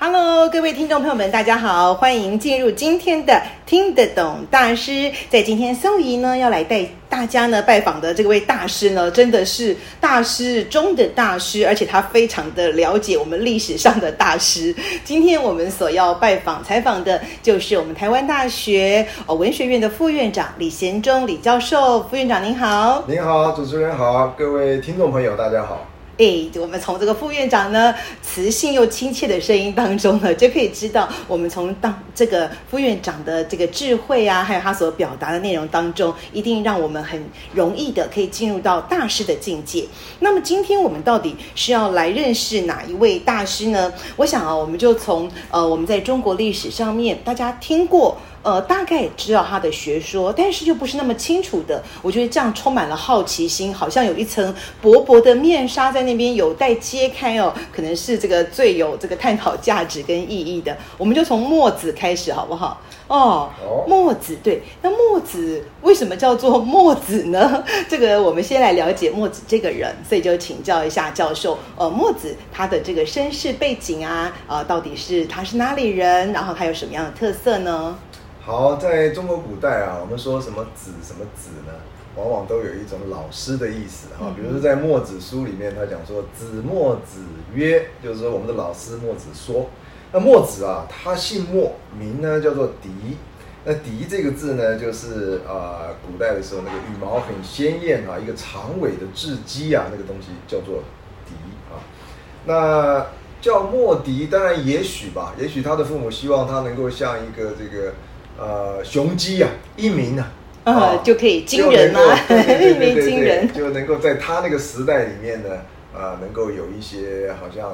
Hello，各位听众朋友们，大家好，欢迎进入今天的听得懂大师。在今天，宋怡呢要来带大家呢拜访的这位大师呢，真的是大师中的大师，而且他非常的了解我们历史上的大师。 今天我们所要拜访采访的就是我们台湾大学呃文学院的副院长李贤忠李教授，副院长您好。您好，主持人好，各位听众朋友，大家好。哎，我们从这个副院长呢磁性又亲切的声音当中呢，就可以知道，我们从当这个副院长的这个智慧啊，还有他所表达的内容当中，一定让我们很容易的可以进入到大师的境界。那么今天我们到底是要来认识哪一位大师呢？我想啊，我们就从呃我们在中国历史上面大家听过。呃，大概知道他的学说，但是又不是那么清楚的。我觉得这样充满了好奇心，好像有一层薄薄的面纱在那边有待揭开哦，可能是这个最有这个探讨价值跟意义的。我们就从墨子开始好不好？哦，哦墨子对，那墨子为什么叫做墨子呢？ 这个我们先来了解墨子这个人，所以就请教一下教授，呃，墨子他的这个身世背景啊，呃，到底是他是哪里人，然后他有什么样的特色呢？好，在中国古代啊，我们说什么子什么子呢，往往都有一种老师的意思哈、嗯比如说在《墨子》书里面，他讲说“子墨子曰”，就是说我们的老师墨子说。那墨子啊，他姓墨，名呢叫做狄。那狄这个字呢，就是啊、呃古代的时候那个羽毛很鲜艳啊，一个长尾的雉鸡啊，那个东西叫做狄啊。那叫莫迪，当然也许吧，也许他的父母希望他能够像一个这个呃雄鸡啊，一鸣啊，呃啊就可以惊人就能够啊对对对对 一鸣惊人对就能够在他那个时代里面呢，啊、能够有一些好像。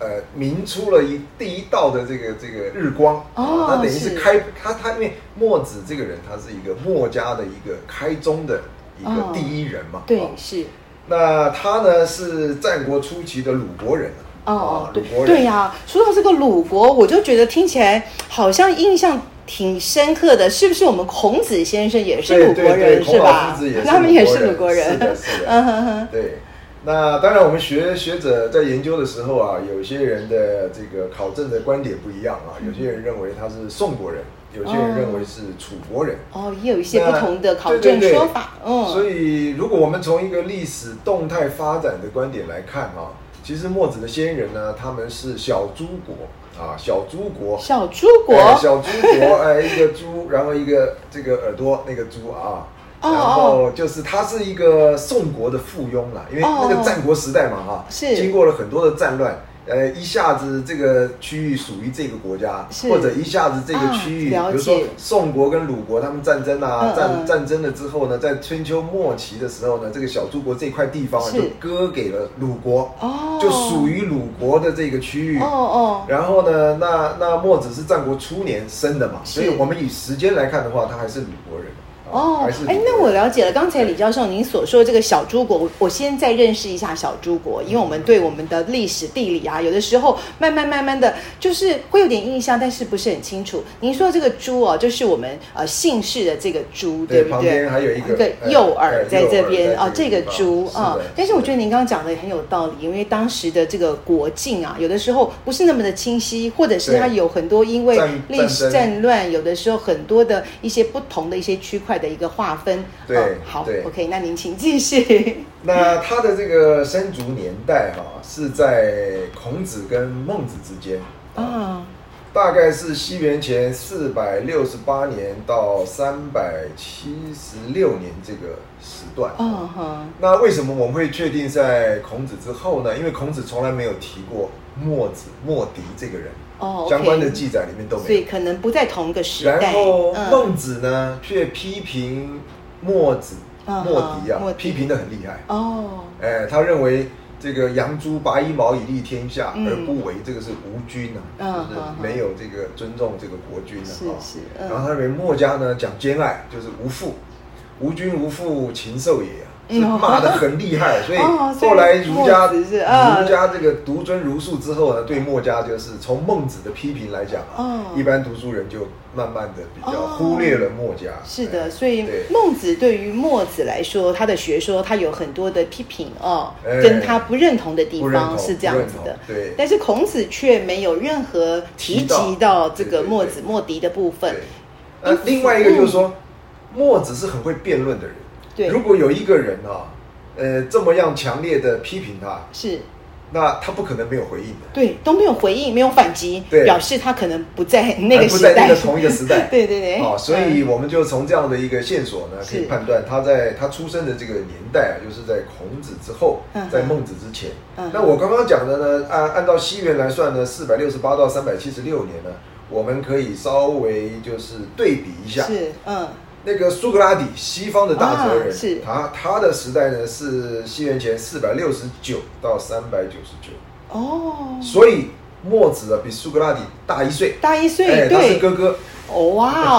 呃，明出了一第一道的这个这个日光，哦啊，他等于是是开他他因为墨子这个人，他是一个墨家的一个开宗的一哦个第一人嘛，对啊，是。那他呢是战国初期的鲁国人啊哦啊，对鲁国人对呀、说到这个鲁国，我就觉得听起来好像印象挺深刻的，是不是？我们孔子先生也是对鲁国对人，对是孔老吧夫子也？是他们也是鲁国是人。的，是 嗯的，哼哼，对。那当然，我们学学者在研究的时候啊，有些人的这个考证的观点不一样啊，有些人认为他是宋国人，有些人认为是楚国人。哦，也有哦一些不那同的考对证对对说法。嗯，所以，如果我们从一个历史动态发展的观点来看啊，其实墨子的先人呢，他们是小诸国啊，小诸国小诸国，哎小猪国，哎，一个猪，然后一个这个耳朵那个猪啊。哦然后就是他是一个宋国的附庸啦，因为哦那个战国时代嘛，哈，是经过了很多的战乱，呃，一下子这个区域属于这个国家是，或者一下子这个区域，啊了比解如说宋国跟鲁国他们战争啊，嗯嗯战战争了之后呢，在春秋末期的时候呢，这个小诸国这块地方啊是就割给了鲁国，哦，就属于鲁国的这个区域，哦哦，然后呢，那那墨子是战国初年生的嘛，是所以我们以时间来看的话，他还是鲁国人。啊哦还是，鲁国哎人，那我了解了。刚才李教授您所说这个小诸国，我我先再认识一下小诸国，因为我们对我们的历史地理啊，有的时候慢慢慢慢的，就是会有点印象，但是不是很清楚。您说这个“猪”哦，就是我们呃姓氏的这个“猪”，对不旁对边？还有一一个哎个右耳在这边啊哦，，这个猪啊啊。。但是我觉得得您刚刚讲的也很有道理，因为当时的这个国境啊，有的时候不是那么的清晰，或者是对它有很多因为战历战争史战乱，有的时候很多的一些不同的一些区块的一个划分。对嗯好对，OK，那您请继续。那他的这个生卒年代哈、是在孔子跟孟子之间啊，啊，大概是西元前四百六十八年到三百七十六年这个时段啊。 哦哈，那为什么我们会确定在孔子之后呢？因为孔子从来没有提过墨子、墨翟这个人，哦，相关的记载里面都所没以有。可能不在同一个时代。然后嗯，孟子呢，却批评墨子、嗯墨翟墨啊，翟批评的很厉害。哦，哎，他认为这个杨朱拔一毛以立天下，嗯而不为，这个是无君嗯啊，就是好好没有这个尊重这个国君啊。是哦是嗯然后他认为墨家呢讲兼爱，就是无父，无君无父禽兽也啊，嗯是骂的很厉害。所以哦所以后来儒家墨子是啊儒家这个独尊儒术之后呢，对墨家就是从孟子的批评来讲哦啊，一般读书人就慢慢的比较哦忽略了墨家。是哎的，所以对孟子对于墨子来说，他的学说他有很多的批评哦，哎跟他不认同的地不认方同是这样子不的认同。对但是孔子却没有任何提提到及到这对个对对墨子墨翟的部分对，。呃，另外一个就是说，墨子是很会辩论的人。对如果有一个人啊，呃，这么样强烈的批评他，是那他不可能没有回应的。对都没有回应，没有反击，对表示他可能不在那还个不时在代那个。同一个时代， 对对对嗯哦，所以我们就从这样的一个线索呢，可以是判断他在他出生的这个年代啊，就是在孔子之后嗯哼，在孟子之前嗯哼。那我刚刚讲的呢，按按照西元来算呢，四百六十八到三百七十六年呢，我们可以稍微就是对比一下，是嗯那个苏格拉底，西方的大哲人，啊是他他的时代呢是西元前四百六十九到三百九十九，哦，所以墨子啊比苏格拉底大一岁，大一岁、哎，他是对。哥 哥，哦 哇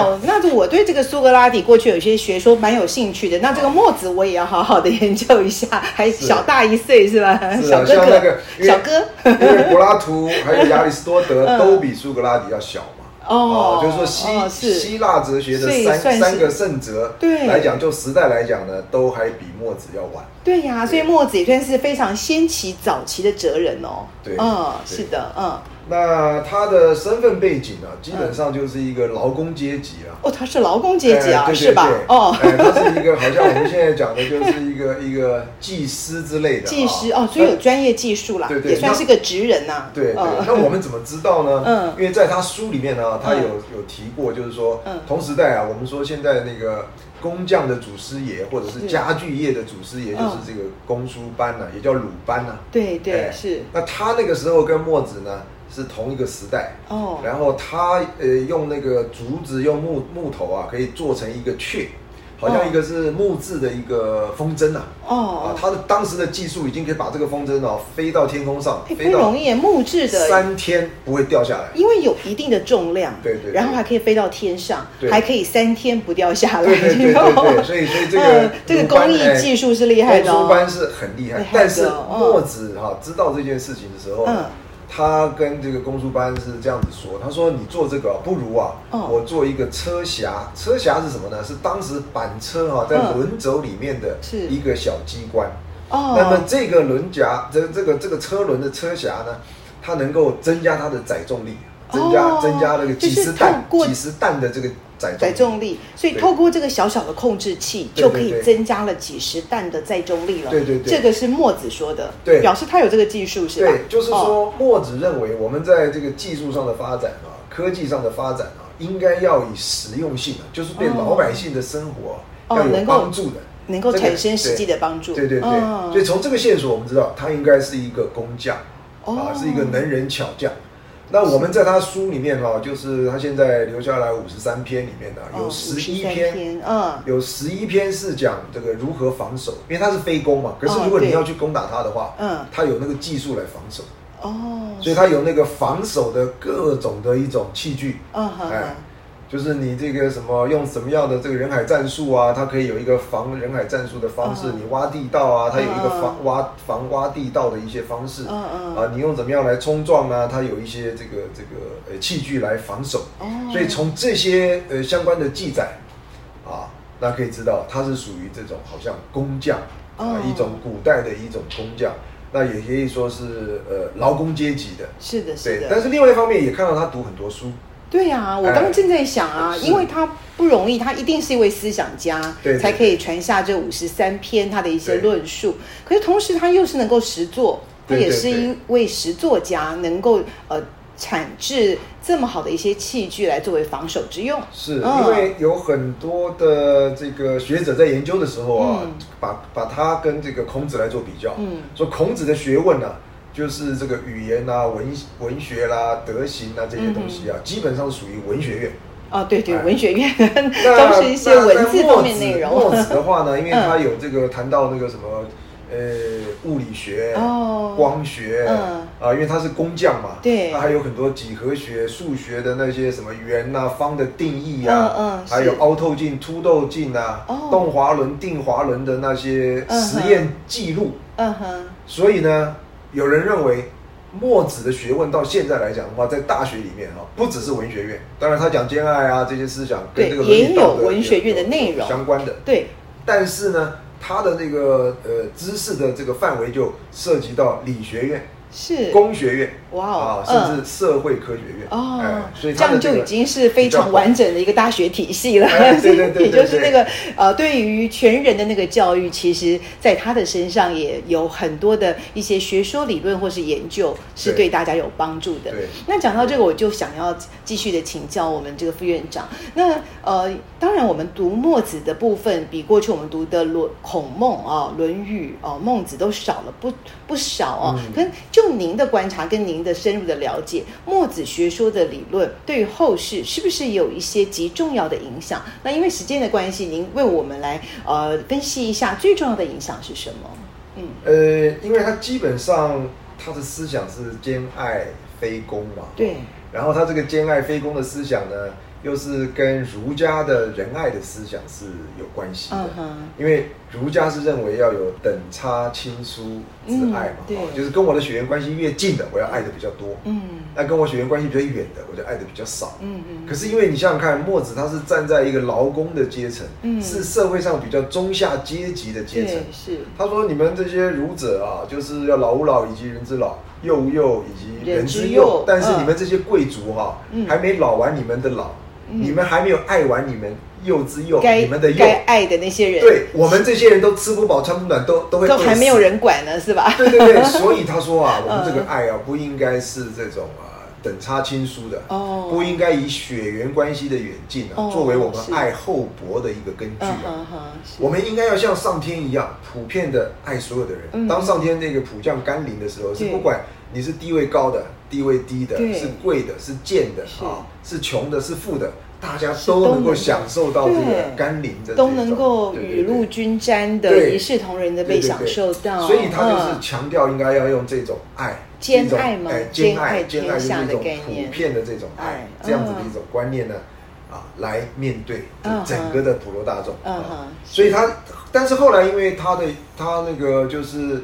哦，那就我对这个苏格拉底过去有些学说蛮有兴趣的，那这个墨子我也要好好的研究 一下，还小大一岁是吧？是小啊，哥像那哥个，因为小哥，因为柏拉图 还有亚里士多德嗯都比苏格拉底要小嘛。啊哦就是说希、哦是希腊哲学的所以算三是三个圣哲对来讲，就时代来讲呢，都还比墨子要晚。对呀、所以墨子也算是非常先期早期的哲人哦。对嗯，对是的，嗯，那他的身份背景呢、基本上就是一个劳工阶级啊。哦，他是劳工阶级啊，哎对对是吧对？哦，哎，他是一个好像我们现在讲的就是一个一个技师之类的啊，技师哦，所以有专业技术啦，对对也算是个职人呐、对对，嗯那我们怎么知道呢？嗯因为在他书里面呢，他嗯有有提过，就是说嗯，同时代啊，我们说现在那个工匠的祖师爷，或者是是家具业的祖师爷，就是嗯这个公输班呐，也叫鲁班呐。 对对哎是，那他那个时候跟墨子呢是同一个时代，哦，然后他呃用那个竹子用木木头啊，可以做成一个雀，好像一个是木质的一个风筝呐、啊。哦，他的当时的技术已经可以把这个风筝哦飞到天空上，哎不飞到容易耶，木质的三天不会掉下 来。因为有一定的重量，对对对然后还可以飞到天上，对还可以三天不掉下来，对对对对对，所以所以这个嗯这个鲁班工艺哎技术是厉害的哦公输班是很厉厉害害的，但是哦墨子哈知道这件事情的时候嗯。他跟这个公输班是这样子说，他说：“你做这个哦不如啊，哦我做一个车匣。车匣是什么呢？是当时板车哈、在嗯轮轴里面的是一个小机关。哦，那么这个轮夹，这这个这个车轮的车匣呢，它能够增加它的载重力，增加、哦增加那个几就是十透担过几十担的这个载重载重力，所以对透过这个小小的控制器，对就可以对对增加了几十担的载重力了。对对对这个是墨子说的，对表示他有这个技术是吧？对，就是哦，说，墨子认为我们在这个技术上的发展啊，科技上的发展啊，应该要以实用性啊，就是对哦老百姓的生活啊、哦要能有够帮助的。能够这个产生实际的帮助。对对对，哦所以从这个线索我们知道，他应该是一个工匠，哦啊，是一个能人巧匠。那我们在他书里面哈、就是他现在留下来五十三篇里面呢、哦有十一53篇，篇，嗯，有十一篇是讲这个如何防守，因为他是非攻嘛。可是如果哦你对要去攻打他的话，嗯他有那个技术来防守，哦，所以他有那个防守的各种的一种器具，嗯好好哎，就是你这个什么用什么样的这个人海战术啊，它可以有一个防人海战术的方式，嗯你挖地道啊，它有一个嗯防挖防挖地道的一些方式，嗯嗯啊，你用怎么样来冲撞啊，它有一些这个这个呃器具来防守，哦所以从这些呃相关的记载啊，那可以知道它是属于这种好像工匠啊、哦一种古代的一种工匠，那也可以说是呃劳工阶级的。是的，是对的，，但是另外一方面也看到他读很多书，对呀、我哎刚刚正在想啊，是因为他不容易，他一定是一位思想家，对对才可以传下这五十三篇他的一些对论述。可是同时，他又是能够实作，他对对也是一位实作家，能够呃产制这么好的一些器具来作为防守之用。是、嗯因为有很多的这个学者在研究的时候啊，嗯把把他跟这个孔子来做比较，嗯说孔子的学问呢、就是这个语言啊、文文学啦、德行啊这些东西嗯啊，基本上属于文学院。哦，对对，哎文学院那都是一些文字方面内那墨子墨容。子的话呢，因为嗯他有这个谈到那个什么呃物理学、哦光学、嗯啊，因为他是工匠嘛，对他还有很多几何学、数学的那些什么圆呐、方的定义啊，嗯嗯是还有凹透镜、凸透镜啊、哦动滑轮、定滑轮的那些实验记录。嗯哼，所以呢，有人认为墨子的学问到现在来讲的话，在大学里面哈、不只是文学院，当然他讲兼爱啊这些思想跟对这个伦理也有道德文学院的内容相关的，对，但是呢，他的那个呃知识的这个范围就涉及到理学院、是工学院，哇哦啊，嗯甚至社会科学院，哎哦，所以这他样的这就个已经是非常完整的一个大学体系了。哎对对对 也就是对那个呃，对于全人的那个教育，其实在他的身上也有很多的一些学说理论或是研究，是对对大家有帮助的。对那讲到这个，我就想要继续的请教我们这个副院长。那呃，当然我们读墨子的部分，比过去我们读的《论孔孟》啊、《论语》啊、孟子都少了不不少哦。嗯可是就您的观察跟您的深入的了解，墨子学说的理论对于后世是不是有一些极重要的影响？那因为时间的关系，您为我们来呃分析一下最重要的影响是什么？嗯，呃，因为他基本上他的思想是兼爱非攻嘛，对，然后他这个兼爱非攻的思想呢，又是跟儒家的仁爱的思想是有关系的。嗯哼，因为儒家是认为要有等差亲疏之爱嘛嗯、对哦就是跟我的血缘关系越近的，我要爱的比较多；嗯那跟我血缘关系比较远的，我就爱的比较少。嗯嗯，可是因为你想想看，墨子他是站在一个劳工的阶层，嗯是社会上比较中下阶级的阶层对，，是，他说：“你们这些儒者啊，就是要老吾老以及人之老，幼吾幼以及人之人之幼幼。但是嗯你们这些贵族哈、嗯还没老完你们的老，嗯你们还没有爱完你们幼之幼，该你们的幼。该爱的那些人，对我们这些人都吃不饱穿不暖，都都会都饿死还没有。人管呢，是吧？对对 对，所以他说啊，我们这个嗯爱啊，不应该是这种啊等差亲疏的，哦不应该以血缘关系的远近啊、哦作为我们是爱厚薄的一个根据啊。嗯哼哼，是我们应该要像上天一样，普遍的爱所有的人。嗯当上天那个普降甘霖的时候，是对不管你是地位高的、地位低的对，是贵的、是贱的是啊，是穷的、是富的，大家是都都能够能享受到这个对甘霖的这都种能够雨露对均沾的、对一视同仁的对对被对享受到，所以他就是嗯强调应该要用这种爱。兼这种爱嘛哎兼兼爱爱，兼爱就是天下一的种概普念遍的这种爱哎，这样子的嗯一种观念呢，啊，来面对嗯整个的普罗大众。嗯啊哼，所以他，但是后来因为他的他那个就是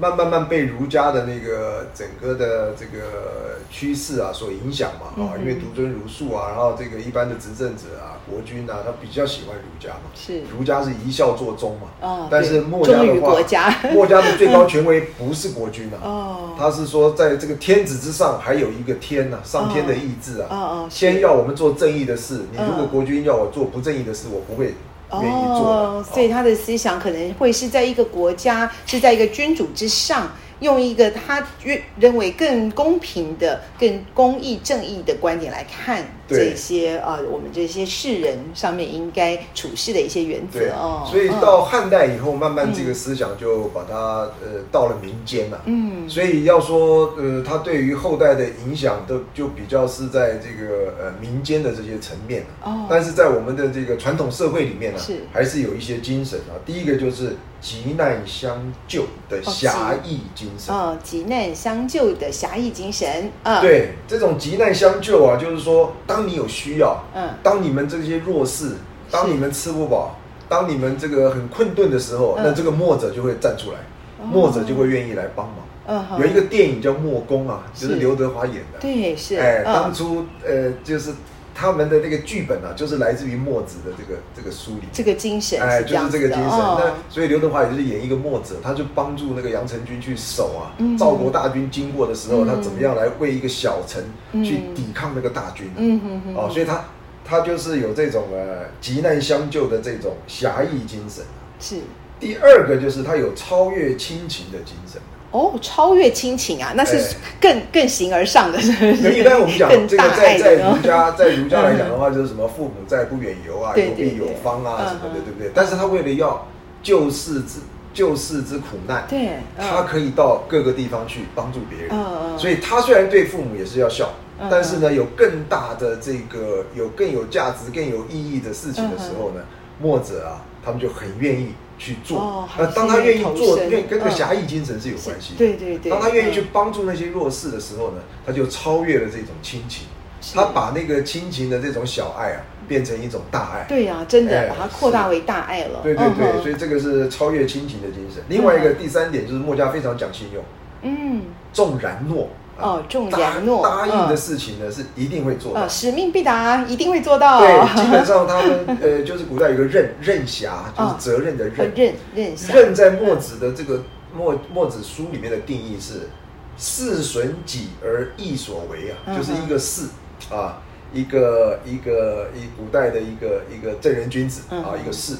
慢慢慢被儒家的那个整个的这个趋势啊所影响嘛，嗯啊、哼因为独尊儒术啊，然后这个一般的执政者啊、国君啊，他比较喜欢儒家嘛，是儒家是一孝作忠嘛，哦但是对墨家忠于的话，国家 墨家的最高权威不是国君啊，哦，他是说，在这个天子之上，还有一个天呐、上天的意志啊。哦哦是天要我们做正义的事，你嗯如果国君要我做不正义的事，我不会愿意做的。哦，所以他的思想可能会是在一个国家，是在一个君主之上，用一个他认认为更公平的、更公义、正义的观点来看对这些呃，我们这些世人上面应该处事的一些原对则哦。所以嗯到汉代以后，慢慢这个思想就把它呃到了民间了、嗯所以要说呃，它对于后代的影响，都就比较是在这个呃民间的这些层面啊哦但是在我们的这个传统社会里面呢、是还是有一些精神啊。第一个就是急难相救的侠义精神。哦，急难相救的侠义精神啊，，对，这种急难相救啊，就是说，当你有需要，嗯当你们这些弱势，当你们吃不饱，当你们这个很困顿的时候，嗯那这个墨者就会站出来，哦墨者就会愿意来帮忙。嗯，好有一个电影叫《墨攻》啊，就是是刘德华演的。对是，哎，当嗯初呃，就是他们的那个剧本啊，就是来自于墨子的这个这个书里。这个精神哎，是就这样是子这的个精神。哦那所以刘德华也就是演一个墨者，他就帮助那个杨成军去守啊，嗯赵国大军经过的时候，嗯他怎么样来为一个小城嗯去抵抗那个大军、啊？嗯哼哼，哦，所以他他就是有这种呃急难相救的这种侠义精神啊。是第二个就是他有超越亲情的精神。哦，超越亲情啊，那哎是更更形而上的，是不那是？一般我们讲更这个大在爱在的儒哦， 家在儒家来讲的话，就是什么父母在不远游啊，对有对必有对方啊嗯什么的，嗯对不对？但是他为了要救世之救世之苦难，对嗯他可以到各个地方去帮助别嗯人。嗯所以他虽然对父母也是要孝嗯，但是呢，有更大的这个有更有价值、更有意义的事情的时候呢，墨者啊，他们就很愿意去做。嗯哦还那是当他愿意愿意做，投身愿意跟这个嗯侠义精神是有关系的。对对对，当他愿意去嗯帮助那些弱势的时候呢，他就超越了这种亲情，是嗯他把那个亲情的这种小爱啊，变成一种大爱。对呀、真的哎把它扩大为大爱了。对对对，嗯哼所以这个是超越亲情的精神。另外一个嗯第三点就是墨家非常讲信用，嗯，重然诺。啊哦重然诺答答应的嗯事情呢是一定会做到呃，。使命必达，一定会做到。 对，基本上他们呃，就是古代有个任任侠，就是嗯责任的任呃。认认下，任在墨子的这个墨墨子书里面的定义是“事损己而益所为”啊，嗯就是一个事啊，一个一个一古代的一个一个正人君子嗯啊，哼一个事，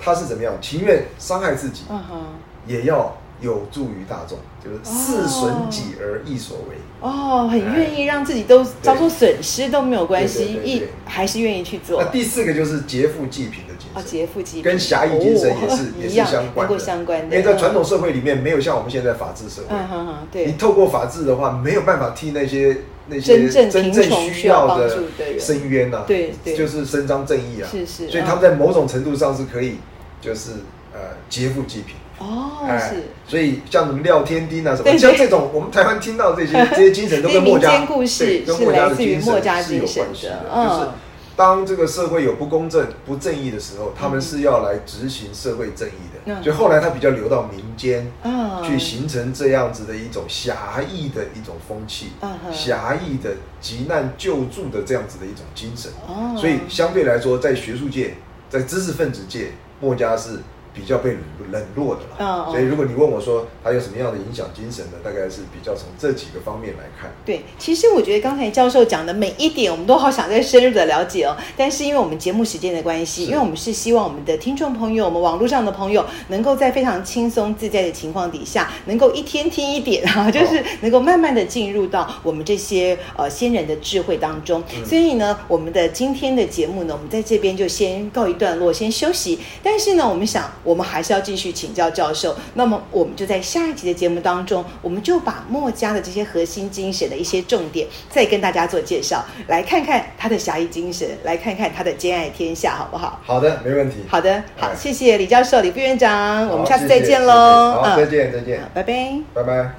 他是怎么样，情愿伤害自己，嗯哼，也要有助于大众，就是“事损己而益所为哦，很愿意让自己都遭受损失都没有关对系对，对一对还是愿意去”。做那。第四个就是劫富济贫的精哦，神。劫富济贫跟侠义精神也是、哦也一是样相能关够的，相关的。因为在传统社会里面没有像我们现在法治社会，嗯，嗯哼哼，你对，透过法治的话，没有办法替那些那些真正贫穷需要需要帮助的人伸冤呐、对对啊就是伸张正义啊，是是嗯所以他们在某种程度上是可以，就是呃劫富济贫。哎哦，是。所以像什么廖天丁啊什对么，对像这种我们台湾听到这些这些精神都跟墨 这些家民间故事对跟是墨家来的自于精神墨家是有精神关系的的，嗯就是当这个社会有不公正、不正义的时候，他们是要来执行社会正义的。嗯所以后来他比较流到民间，嗯去形成这样子的一种侠义的一种风气嗯，哼侠义的急难救助的这样子的一种精神。哦所以相对来说，在学术界，在知识分子界，墨家是比较被冷落的哦啦。哦所以如果你问我说他有什么样的影响精神呢？大概是比较从这几个方面来看。对，其实我觉得刚才教授讲的每一点，我们都好想再深入的了解哦。但是因为我们节目时间的关系，是因为我们是希望我们的听众朋友、我们网络上的朋友，能够在非常轻松自在的情况底下，能够一天听一点啊，就是能够慢慢的进入到我们这些呃先人的智慧当中。所以呢，我们的今天的节目呢，我们在这边就先告一段落，先休息。但是呢，我们想我们还是要继续请教教授。那么我们就在下一集的节目当中，我们就把墨家的这些核心精神的一些重点，再跟大家做介绍，来看看他的侠义精神，来看看他的兼爱天下，好不好？好的，没问题。好的，好，哎谢谢李教授、李副院长，好，我们下次谢再谢见嗯谢谢喽。好，再见，再见好，，拜拜。拜拜。